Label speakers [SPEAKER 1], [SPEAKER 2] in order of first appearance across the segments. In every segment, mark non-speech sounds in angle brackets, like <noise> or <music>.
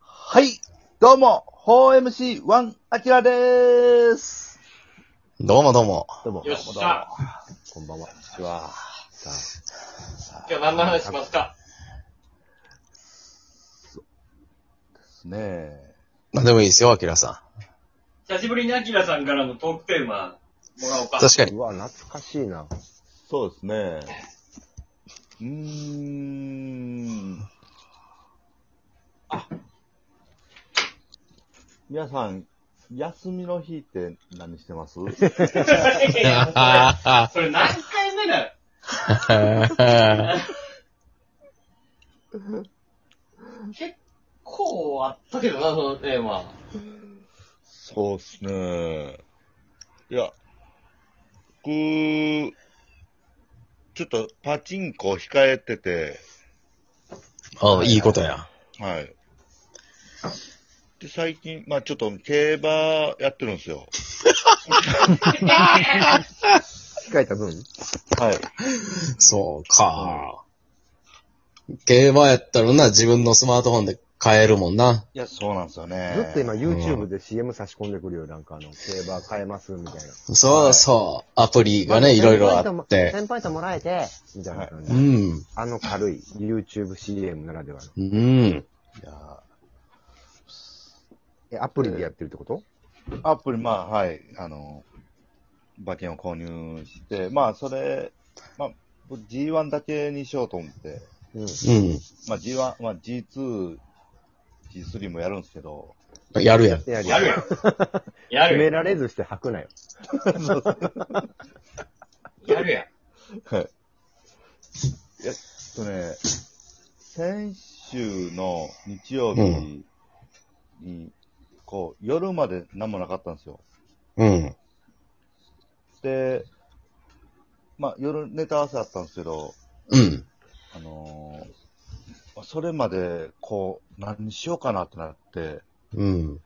[SPEAKER 1] はい、どうも、4MC1 アキラでーす。
[SPEAKER 2] どうもどうも。
[SPEAKER 1] どうも、ど
[SPEAKER 3] よ
[SPEAKER 1] う
[SPEAKER 3] っ
[SPEAKER 1] も、
[SPEAKER 3] し
[SPEAKER 1] どう
[SPEAKER 3] ゃ
[SPEAKER 1] も。こんばんは。うわさ
[SPEAKER 3] 今日は何の話しますか
[SPEAKER 1] ですね
[SPEAKER 2] なんでもいいですよ、アキラさ。
[SPEAKER 3] 久しぶりにアキラさんからのトークテーマもらおうんか。
[SPEAKER 2] 確かに。
[SPEAKER 4] うわ、懐かしいな。
[SPEAKER 1] そうですねうーん。あ、皆さん、休みの日って何してます
[SPEAKER 3] いやいやそれ <laughs>
[SPEAKER 2] は
[SPEAKER 3] それ何回目だよ。
[SPEAKER 2] <laughs>
[SPEAKER 3] 結構あったけどな、そのテーマ。
[SPEAKER 1] そうですねいや、僕、ちょっとパチンコ控えてて、
[SPEAKER 2] あいいことや。
[SPEAKER 1] はい。で、最近、まあちょっと競馬やってるんですよ。
[SPEAKER 4] 控えた分
[SPEAKER 1] はい。
[SPEAKER 2] そうか。競馬やったらな、自分のスマートフォンで買えるもんな。
[SPEAKER 1] いや、そうなんですよね。
[SPEAKER 4] ずっと今 YouTube で CM 差し込んでくるよ。なんかあの、競馬買えますみたいな。
[SPEAKER 2] そうそう。アプリがね、いろいろあって。
[SPEAKER 4] 1000ポイントもらえて、みたいな感
[SPEAKER 2] う
[SPEAKER 4] じ。
[SPEAKER 2] ん。
[SPEAKER 4] あの軽い YouTubeCM ならではの。
[SPEAKER 2] うん。
[SPEAKER 1] いや
[SPEAKER 4] え、アプリでやってるってこと
[SPEAKER 1] アプリ、まあ、はい、あの、馬券を購入して、まあ、それ、まあ、僕 G1 だけにしようと思って、
[SPEAKER 4] うん。
[SPEAKER 2] う
[SPEAKER 1] まあ、G1、まあ、G2、G3 もやるんですけど、
[SPEAKER 2] ん。やるやん。
[SPEAKER 4] やる
[SPEAKER 3] やるよ。や
[SPEAKER 4] 決
[SPEAKER 3] る
[SPEAKER 4] め
[SPEAKER 3] よ。
[SPEAKER 4] られずして吐くなよ。
[SPEAKER 3] やるやん。
[SPEAKER 1] はい。えっとね、先週の日曜日に、こう、夜まで何もなかったんですよ。
[SPEAKER 2] うん。
[SPEAKER 1] で、まあ、夜ネタ合わせあったんですけど、
[SPEAKER 2] うん。
[SPEAKER 1] あのーそれまで、こう、何しようかなってなって、
[SPEAKER 2] うん。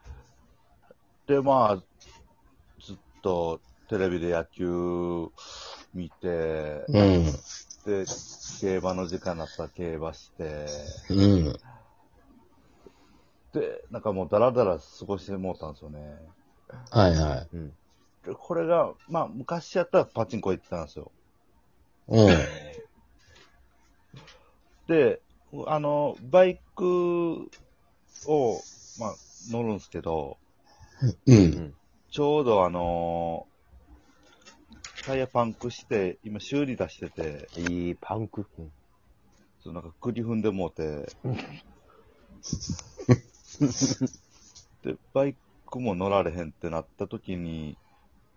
[SPEAKER 1] で、まあ、ずっとテレビで野球見て、
[SPEAKER 2] うん。
[SPEAKER 1] で、競馬の時間になったら競馬して、
[SPEAKER 2] うん。
[SPEAKER 1] で、なんかもうダラダラ過ごしてもうたんですよね。
[SPEAKER 2] はいはい。
[SPEAKER 4] うん。
[SPEAKER 1] で、これが、まあ、昔やったらパチンコ行ってたんですよ。
[SPEAKER 2] うん。
[SPEAKER 1] で、あの、バイクを、まあ、乗るんですけど、
[SPEAKER 2] うん。
[SPEAKER 1] ちょうどあのータイヤパンクして、今修理出してて、
[SPEAKER 4] いいパンク。うん
[SPEAKER 1] そのなんか首踏んでもうて、で、バイクも乗られへんってなった時に、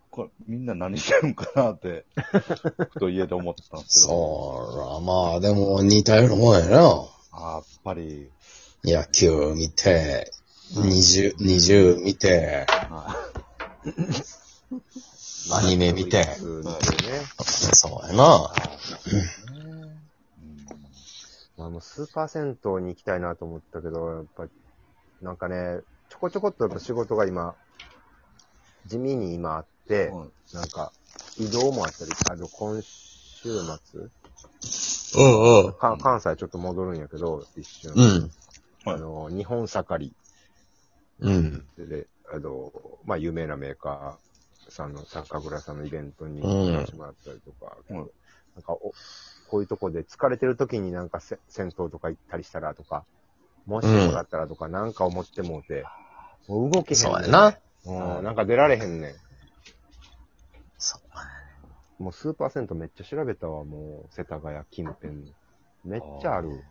[SPEAKER 1] これみんな何してるんかなって、ふと家で思ってたんですけど、
[SPEAKER 2] そら、まあ、でも似たようなもんやな。
[SPEAKER 1] あーやっぱり、
[SPEAKER 2] 野球見て、二十、二十見て、
[SPEAKER 1] は
[SPEAKER 2] アニメ見て。
[SPEAKER 4] 普通にね。
[SPEAKER 2] そうやな。
[SPEAKER 1] いねうん
[SPEAKER 4] まあもうスーパー銭湯に行きたいなと思ったけど、やっぱり、なんかね、ちょこちょこっとやっぱ仕事が今、地味に今あって、
[SPEAKER 1] うん
[SPEAKER 4] なんか、移動もあったり、あの、今週末
[SPEAKER 2] うんうん。
[SPEAKER 4] か関西ちょっと戻るんやけど、一瞬。
[SPEAKER 2] うん。
[SPEAKER 1] はい
[SPEAKER 4] あの、日本盛り
[SPEAKER 2] うん。
[SPEAKER 4] で、あの、まあ、有名なメーカーさんの、酒蔵さんのイベントに
[SPEAKER 2] うん
[SPEAKER 4] 行かせてもらったりとか、
[SPEAKER 1] うん
[SPEAKER 4] なんかお、こういうとこで疲れてる時になんかせ銭湯とか行ったりしたらとか、もしもだったらとか、なんか思ってもうて、もう動けへんねん
[SPEAKER 2] そうやな。
[SPEAKER 4] うん、なんか出られへんね
[SPEAKER 2] そ
[SPEAKER 4] ん。もうスーパー銭湯めっちゃ調べたわ、もう、世田谷近辺の。めっちゃある。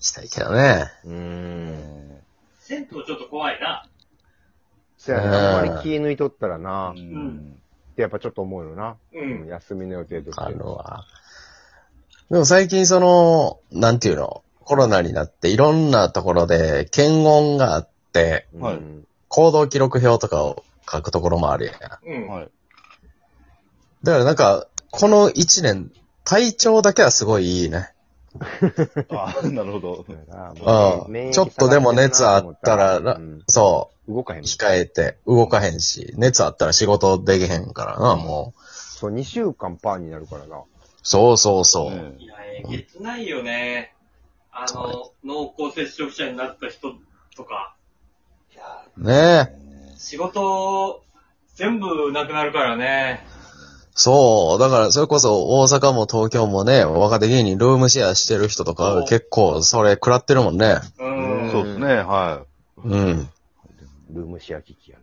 [SPEAKER 2] したいけどね。
[SPEAKER 4] うーん。
[SPEAKER 1] え
[SPEAKER 3] 銭湯ちょっと怖いな。
[SPEAKER 4] そやね、
[SPEAKER 2] うん
[SPEAKER 4] あんまり気抜いとったら
[SPEAKER 1] ー
[SPEAKER 4] な、
[SPEAKER 1] う
[SPEAKER 4] っ
[SPEAKER 1] ん
[SPEAKER 4] てやっぱちょっと思うよな。
[SPEAKER 3] う
[SPEAKER 4] う
[SPEAKER 3] ん。
[SPEAKER 4] ん休みの予定とか
[SPEAKER 2] あ。のは。でも最近その、なんていうの、コロナになっていろんなところで検温があって、
[SPEAKER 4] うん
[SPEAKER 1] はい
[SPEAKER 2] 行動記録表とかを書くところもあるやん。だか
[SPEAKER 3] うん。
[SPEAKER 1] はい。
[SPEAKER 2] らなんか、この一年、体調だけはすごいいいね。
[SPEAKER 1] あーなるほど。
[SPEAKER 2] うん。ちょっとでも熱あったら、ら
[SPEAKER 4] うん
[SPEAKER 2] そう。
[SPEAKER 4] 動かへん。
[SPEAKER 2] 控えて、動かへんし、熱あったら仕事できへんからな、もう。
[SPEAKER 4] そう、2週間パーになるからな。
[SPEAKER 2] そうそう
[SPEAKER 1] う
[SPEAKER 2] そう。
[SPEAKER 1] ん
[SPEAKER 3] いや、えげつないよね。あの、濃厚接触者になった人とか、
[SPEAKER 2] ねえ。
[SPEAKER 5] 仕事、全部なくなるからね。
[SPEAKER 2] そう。だから、それこそ大阪も東京もね、若手芸人ルームシェアしてる人と
[SPEAKER 5] そ
[SPEAKER 2] か
[SPEAKER 5] う
[SPEAKER 2] 結構それ食らってるもんね。
[SPEAKER 5] うん。
[SPEAKER 1] そうですね、は
[SPEAKER 2] うん。
[SPEAKER 4] ルームシェア機器やな。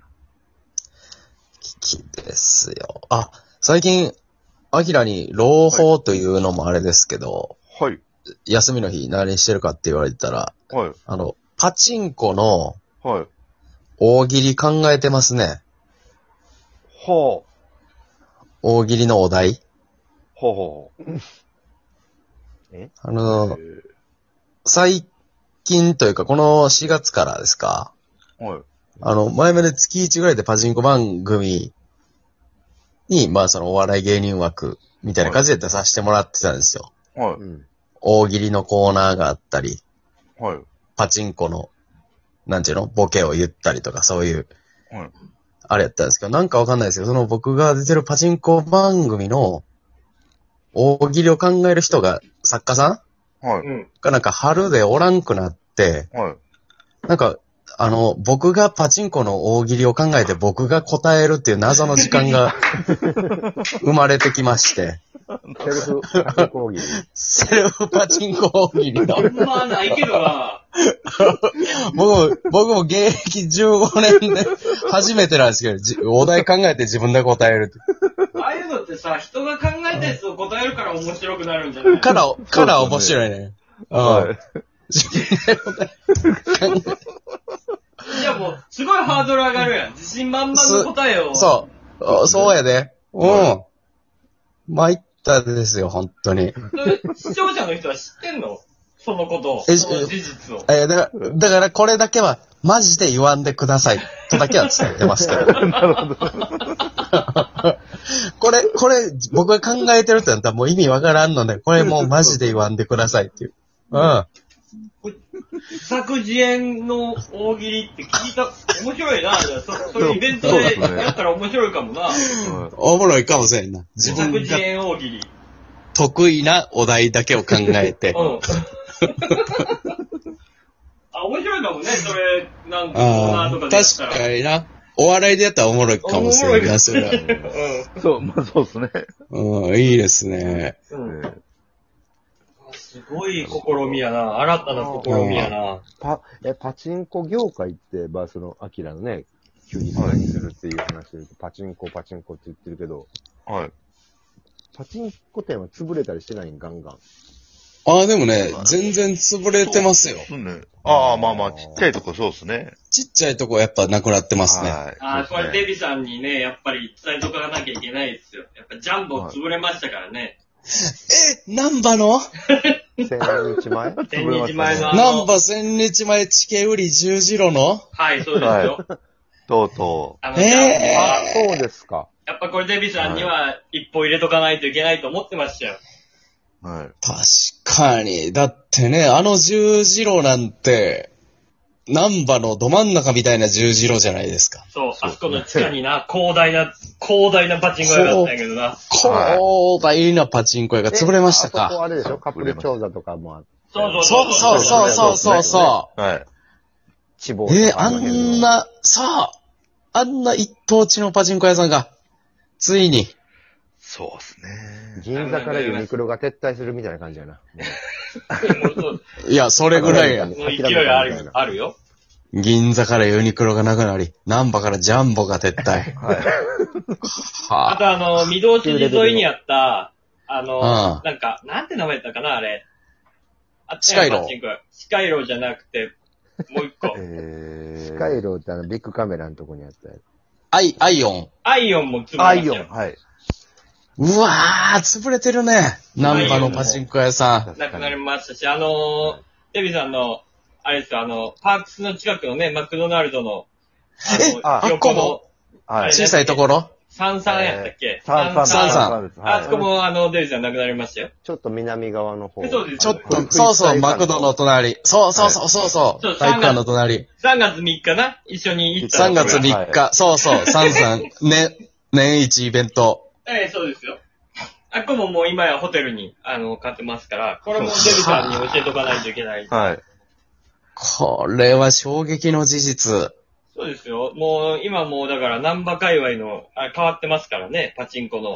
[SPEAKER 2] 危機ですよ。あ、最近、アキラに朗報というのもあれですけど、
[SPEAKER 1] い。はい。
[SPEAKER 2] 休みの日何してるかって言われたら、
[SPEAKER 1] はい。
[SPEAKER 2] あの、パチンコの
[SPEAKER 1] はい。
[SPEAKER 2] 大喜利考えてますね。
[SPEAKER 1] ほう。
[SPEAKER 2] 大喜利のお題。
[SPEAKER 1] ほうほう
[SPEAKER 2] あ
[SPEAKER 1] ほ
[SPEAKER 2] の、
[SPEAKER 1] う。
[SPEAKER 2] 最近というか、この4月からですか
[SPEAKER 1] はい。
[SPEAKER 2] あの、前まで月1ぐらいでパチンコ番組に、まあそのお笑い芸人枠みたいな感じで出させてもらってたんですよ。
[SPEAKER 1] はい。
[SPEAKER 4] うん。
[SPEAKER 2] 大喜利のコーナーがあったり、
[SPEAKER 1] はい。
[SPEAKER 2] パチンコの、なんていうのボケを言ったりとかそういう
[SPEAKER 1] はい、
[SPEAKER 2] あれやったんですけど、なんかわかんないですけど、その僕が出てるパチンコ番組の大喜利を考える人が、作家さん
[SPEAKER 1] は
[SPEAKER 5] う
[SPEAKER 1] い。
[SPEAKER 5] ん。
[SPEAKER 2] がなんか春でおらんくなって、
[SPEAKER 1] はい。
[SPEAKER 2] なんか、あの、僕がパチンコの大喜利を考えて僕が答えるっていう謎の時間 <laughs> が生まれてきまして、
[SPEAKER 4] セルフパチンコ
[SPEAKER 1] <laughs>
[SPEAKER 4] 大喜利。
[SPEAKER 2] セルフパチンコ大喜利の、
[SPEAKER 5] ほんまはないけどな。
[SPEAKER 2] 僕も、僕も現役15年で初めてなんですけどじ、お題考えて自分で答えるって。
[SPEAKER 5] ああいうのってさ、人が考えたやつを答えるから面白くなるんじゃない
[SPEAKER 2] から、から面白いね。うん。
[SPEAKER 5] いやもう、すごいハードル上がるやん。自信満々の答えを。
[SPEAKER 2] そう。あそうやで。うん。参ったですよ、本当に。
[SPEAKER 5] う。視聴者の人は知ってんのそのことを。
[SPEAKER 2] え
[SPEAKER 5] その事実を。
[SPEAKER 2] えーだから、だからこれだけは、マジで言わんでください、とだけは伝えてますけ <laughs> ど。これ、これ、僕が考えてるってなったらもう意味わからんので、これもうマジで言わんでくださいっていう。うん。
[SPEAKER 5] 自作自演の大喜利って聞いた、面白いな。じゃあそそれイベント
[SPEAKER 1] そうで
[SPEAKER 5] です
[SPEAKER 1] ね
[SPEAKER 5] やったら面白いかもな。
[SPEAKER 1] はい。
[SPEAKER 2] おもろいかもしれんな。自
[SPEAKER 5] 自作
[SPEAKER 2] 分
[SPEAKER 5] 自
[SPEAKER 2] が
[SPEAKER 5] 演大喜利。
[SPEAKER 2] 得意なお題だけを考えて。 <laughs>
[SPEAKER 5] うん。あ、面白いかもね、それ、なんか、コーナーと
[SPEAKER 2] う
[SPEAKER 5] か
[SPEAKER 2] ん
[SPEAKER 5] でやった
[SPEAKER 2] 確
[SPEAKER 5] ら。
[SPEAKER 2] かにな。お笑いでやったらおもろいかもしれんな、それは。
[SPEAKER 1] そう、まあそうですね。
[SPEAKER 2] うん、いいですね。
[SPEAKER 5] うんうん
[SPEAKER 1] えー
[SPEAKER 5] すごい試みやな。新たな試みやな。
[SPEAKER 4] パ、え、パチンコ業界って、まあ、その、アキラのね、急にそれにするっていう話で、パチンコ、パチンコって言ってるけど、
[SPEAKER 1] はい。
[SPEAKER 4] パチンコ店は潰れたりしてないん、ガンガン。
[SPEAKER 2] ああ、でもね、全然潰れてますよ。
[SPEAKER 1] そうね。ああ、まあまあ、ちっちゃいとこそうですね。
[SPEAKER 2] ちっちゃいとこやっぱなくなってますね。
[SPEAKER 1] はい。
[SPEAKER 5] あーこ
[SPEAKER 1] そう
[SPEAKER 5] れ
[SPEAKER 1] っすね
[SPEAKER 5] デビさんにね、やっぱり伝えとかなきゃいけないですよ。やっぱジャンボ潰れましたからね。
[SPEAKER 2] え、難波の
[SPEAKER 4] 千日前
[SPEAKER 5] <laughs> 千日前のあ
[SPEAKER 2] 難
[SPEAKER 5] の、
[SPEAKER 2] 波千日前地形売り十字路の
[SPEAKER 5] はい、そうですよ。
[SPEAKER 1] とうと
[SPEAKER 5] あの、
[SPEAKER 2] え
[SPEAKER 5] ジャンボ
[SPEAKER 4] あ
[SPEAKER 5] は、、
[SPEAKER 4] そうですか。
[SPEAKER 5] やっぱこれデビさんには一歩入れとかないといけないと思ってましたよ。
[SPEAKER 1] う。はい。
[SPEAKER 2] 確かに。だってね、あの十字路なんて、難波のど真ん中みたいな十字路じゃないですか。
[SPEAKER 5] そう、あそこの地下にな、広大な、広大なパチンコ屋があったんやけどな。
[SPEAKER 1] はい
[SPEAKER 2] 広大なパチンコ屋が潰れました
[SPEAKER 4] えあそこ
[SPEAKER 2] か。
[SPEAKER 4] あれでしょカップル調査とかもあって、
[SPEAKER 5] そう
[SPEAKER 2] そうそうそうそうそうそ
[SPEAKER 1] はい。
[SPEAKER 4] 地方
[SPEAKER 2] う。えーあん。な、さあ、あんな一等地のパチンコ屋さんが、ついに、
[SPEAKER 1] そうですね。。
[SPEAKER 4] 銀座からユニクロが撤退するみたいな感じやな。
[SPEAKER 5] そう。
[SPEAKER 2] いや、それ <laughs> ぐらいや。
[SPEAKER 5] の勢いあるあるよ。
[SPEAKER 2] 銀座からユニクロがなくなり、難波からジャンボが撤退。
[SPEAKER 5] あ
[SPEAKER 2] は
[SPEAKER 5] とあの、御堂筋沿いにあった、あの、
[SPEAKER 2] ああ
[SPEAKER 5] なんか、なんて名前だったかな、あれ。あっ
[SPEAKER 2] 近いの
[SPEAKER 5] パチンコ屋近い路じゃなくて、もう一個 <laughs>
[SPEAKER 1] えー。
[SPEAKER 4] スカイローってあのビッグカメラのとこにあったやつ。
[SPEAKER 2] アイ、アイオン。
[SPEAKER 5] アイオンも潰れま
[SPEAKER 1] ア
[SPEAKER 5] した
[SPEAKER 1] イ
[SPEAKER 5] よ
[SPEAKER 1] オン。はい。
[SPEAKER 2] うわー、潰れてるね。難波のパチンコ屋さ
[SPEAKER 5] なくなりましたし、あのー、デビさんの、あれですよ、あの、パークスの近くのね、マクドナルドの、あ
[SPEAKER 2] あ
[SPEAKER 5] の、横
[SPEAKER 2] あっ
[SPEAKER 5] の、
[SPEAKER 1] は
[SPEAKER 2] ん。
[SPEAKER 1] い。
[SPEAKER 2] 小さいところ
[SPEAKER 5] サンサンやったっけ、
[SPEAKER 1] 三三
[SPEAKER 2] 三三
[SPEAKER 1] です。
[SPEAKER 5] あそこ
[SPEAKER 1] はい。
[SPEAKER 5] も、あの、デビさん亡くなりましたよ。
[SPEAKER 4] ちょっと南側の方。
[SPEAKER 5] そうです
[SPEAKER 2] ちょっ
[SPEAKER 5] は
[SPEAKER 2] と、そうそう、マクドの隣。そうそうそうそうそう、
[SPEAKER 5] そう
[SPEAKER 2] 体育館の隣。
[SPEAKER 5] 3月3日な一緒に行った
[SPEAKER 2] 3
[SPEAKER 5] のが
[SPEAKER 2] 月3日、そうそう、サンサン、ね、年一イベント。
[SPEAKER 5] ええそうですよ。あっこももう今やホテルに、あの、買ってますから、これもデビさんに教えとかないといけない。
[SPEAKER 1] はい。
[SPEAKER 2] これは衝撃の事実。
[SPEAKER 5] <laughs> そうですよ。もう、今もう、だから、難波界隈の、あ変わってますからね、パチンコ
[SPEAKER 2] 変
[SPEAKER 5] の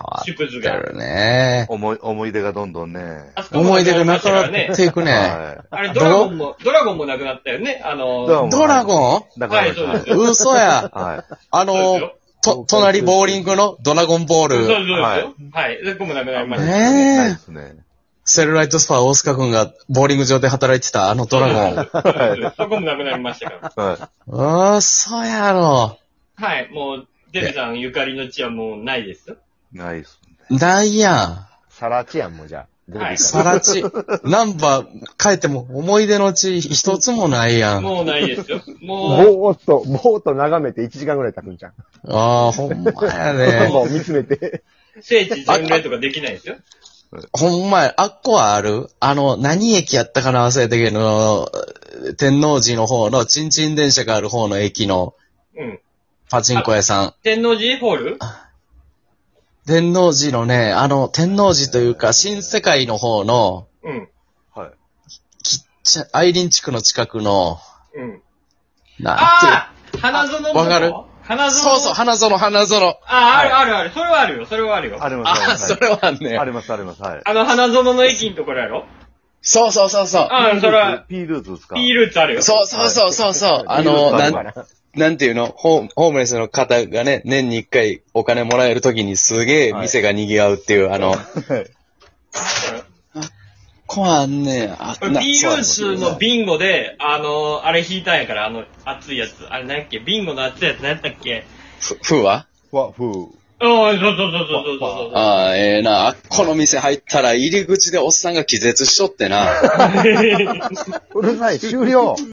[SPEAKER 2] わ
[SPEAKER 5] 縮図
[SPEAKER 2] って
[SPEAKER 5] が。
[SPEAKER 2] るね。
[SPEAKER 1] 思い、思い出がどんどんね。
[SPEAKER 5] あそこも
[SPEAKER 2] 思い出がなくな
[SPEAKER 5] 変わりま
[SPEAKER 2] っ
[SPEAKER 5] したら
[SPEAKER 2] ていくね。
[SPEAKER 1] は
[SPEAKER 5] あれ、ドラゴンも、ドラゴンもなくなったよね。あの、
[SPEAKER 1] ドラゴン
[SPEAKER 2] ドラゴ
[SPEAKER 1] い。だから、
[SPEAKER 5] はいそうです
[SPEAKER 2] ン嘘や。
[SPEAKER 1] はい。
[SPEAKER 2] あ
[SPEAKER 5] そうです
[SPEAKER 2] の
[SPEAKER 5] よ、
[SPEAKER 2] と、隣ボーリングのドラゴンボ
[SPEAKER 5] そうそ
[SPEAKER 2] ール、
[SPEAKER 5] うですよ。はい。そこもなくなりました。
[SPEAKER 1] な
[SPEAKER 2] ね
[SPEAKER 1] い
[SPEAKER 2] え
[SPEAKER 1] ですね。
[SPEAKER 2] セルライトスパー大塚くんがボーリング場で働いてたあのドラゴン。
[SPEAKER 5] ン。そこもなくなりましたから。
[SPEAKER 1] は
[SPEAKER 2] 嘘やろ。
[SPEAKER 5] はい。もう、デビさんゆかりの地はもうないですよ。
[SPEAKER 1] い。ないですね。
[SPEAKER 2] ないや
[SPEAKER 4] サラチやん、もうじゃあ。
[SPEAKER 5] はい
[SPEAKER 2] ん。さら
[SPEAKER 5] <laughs>
[SPEAKER 2] ち、ナンバー帰っても思い出のうち一つもないやん。あ
[SPEAKER 5] もうないですよ。もう、
[SPEAKER 4] ぼーっと、ぼーっと眺めて1時間ぐらい経つんじゃん。
[SPEAKER 2] あー、ほんまや
[SPEAKER 4] ナ <laughs> ンバ
[SPEAKER 2] ね。
[SPEAKER 4] ーを見つめて。
[SPEAKER 5] 聖地巡礼とかできないですよ。
[SPEAKER 2] ほんまや。あっこはあるあの、何駅やったかな忘れたけど、天王寺の方の、チンチン電車がある方の駅の
[SPEAKER 5] うん。
[SPEAKER 2] パチンコ屋さん。
[SPEAKER 5] 天王寺ホール
[SPEAKER 2] 天王寺のね、あの、天王寺というか、新世界の方の、
[SPEAKER 5] うん。
[SPEAKER 1] はい。
[SPEAKER 2] ちアイリン地区の近くの、
[SPEAKER 5] うん。
[SPEAKER 2] なんていう
[SPEAKER 5] ああ花園の
[SPEAKER 2] わかる
[SPEAKER 5] 花園
[SPEAKER 2] そうそう、花園、花園。
[SPEAKER 5] ああ、あるあるある。それはあるよ。それはあるよ。
[SPEAKER 1] ありま
[SPEAKER 2] あ
[SPEAKER 1] す、ありま
[SPEAKER 2] ー、
[SPEAKER 1] す
[SPEAKER 2] そ。れはあんね
[SPEAKER 1] あります、あります。はい。
[SPEAKER 5] あの、花園の駅のところやろ
[SPEAKER 2] そうそうそうそう。
[SPEAKER 5] ああ、それは、
[SPEAKER 1] ピールーズですか
[SPEAKER 5] P ルーツあるよ。
[SPEAKER 2] そうそうそうそうそう。あの、なん、なんていうのホーホームレスの方がね、年に一回お金もらえるときにすげえ店が賑わうっていう、あの、こあんねあ
[SPEAKER 5] これ B ルーツのビンゴで、あの、あれ引いたんやから、あの、熱いやつ。あれ何やっけビンゴの熱いやつ何やったっけ
[SPEAKER 2] ふ、ふは
[SPEAKER 1] ふわ、ふう。
[SPEAKER 5] うん、そうそうそうそうそうそう。
[SPEAKER 2] ああ、ええな。あっこの店入ったら入り口でおっさんが気絶しとってな。
[SPEAKER 4] うるさい、終了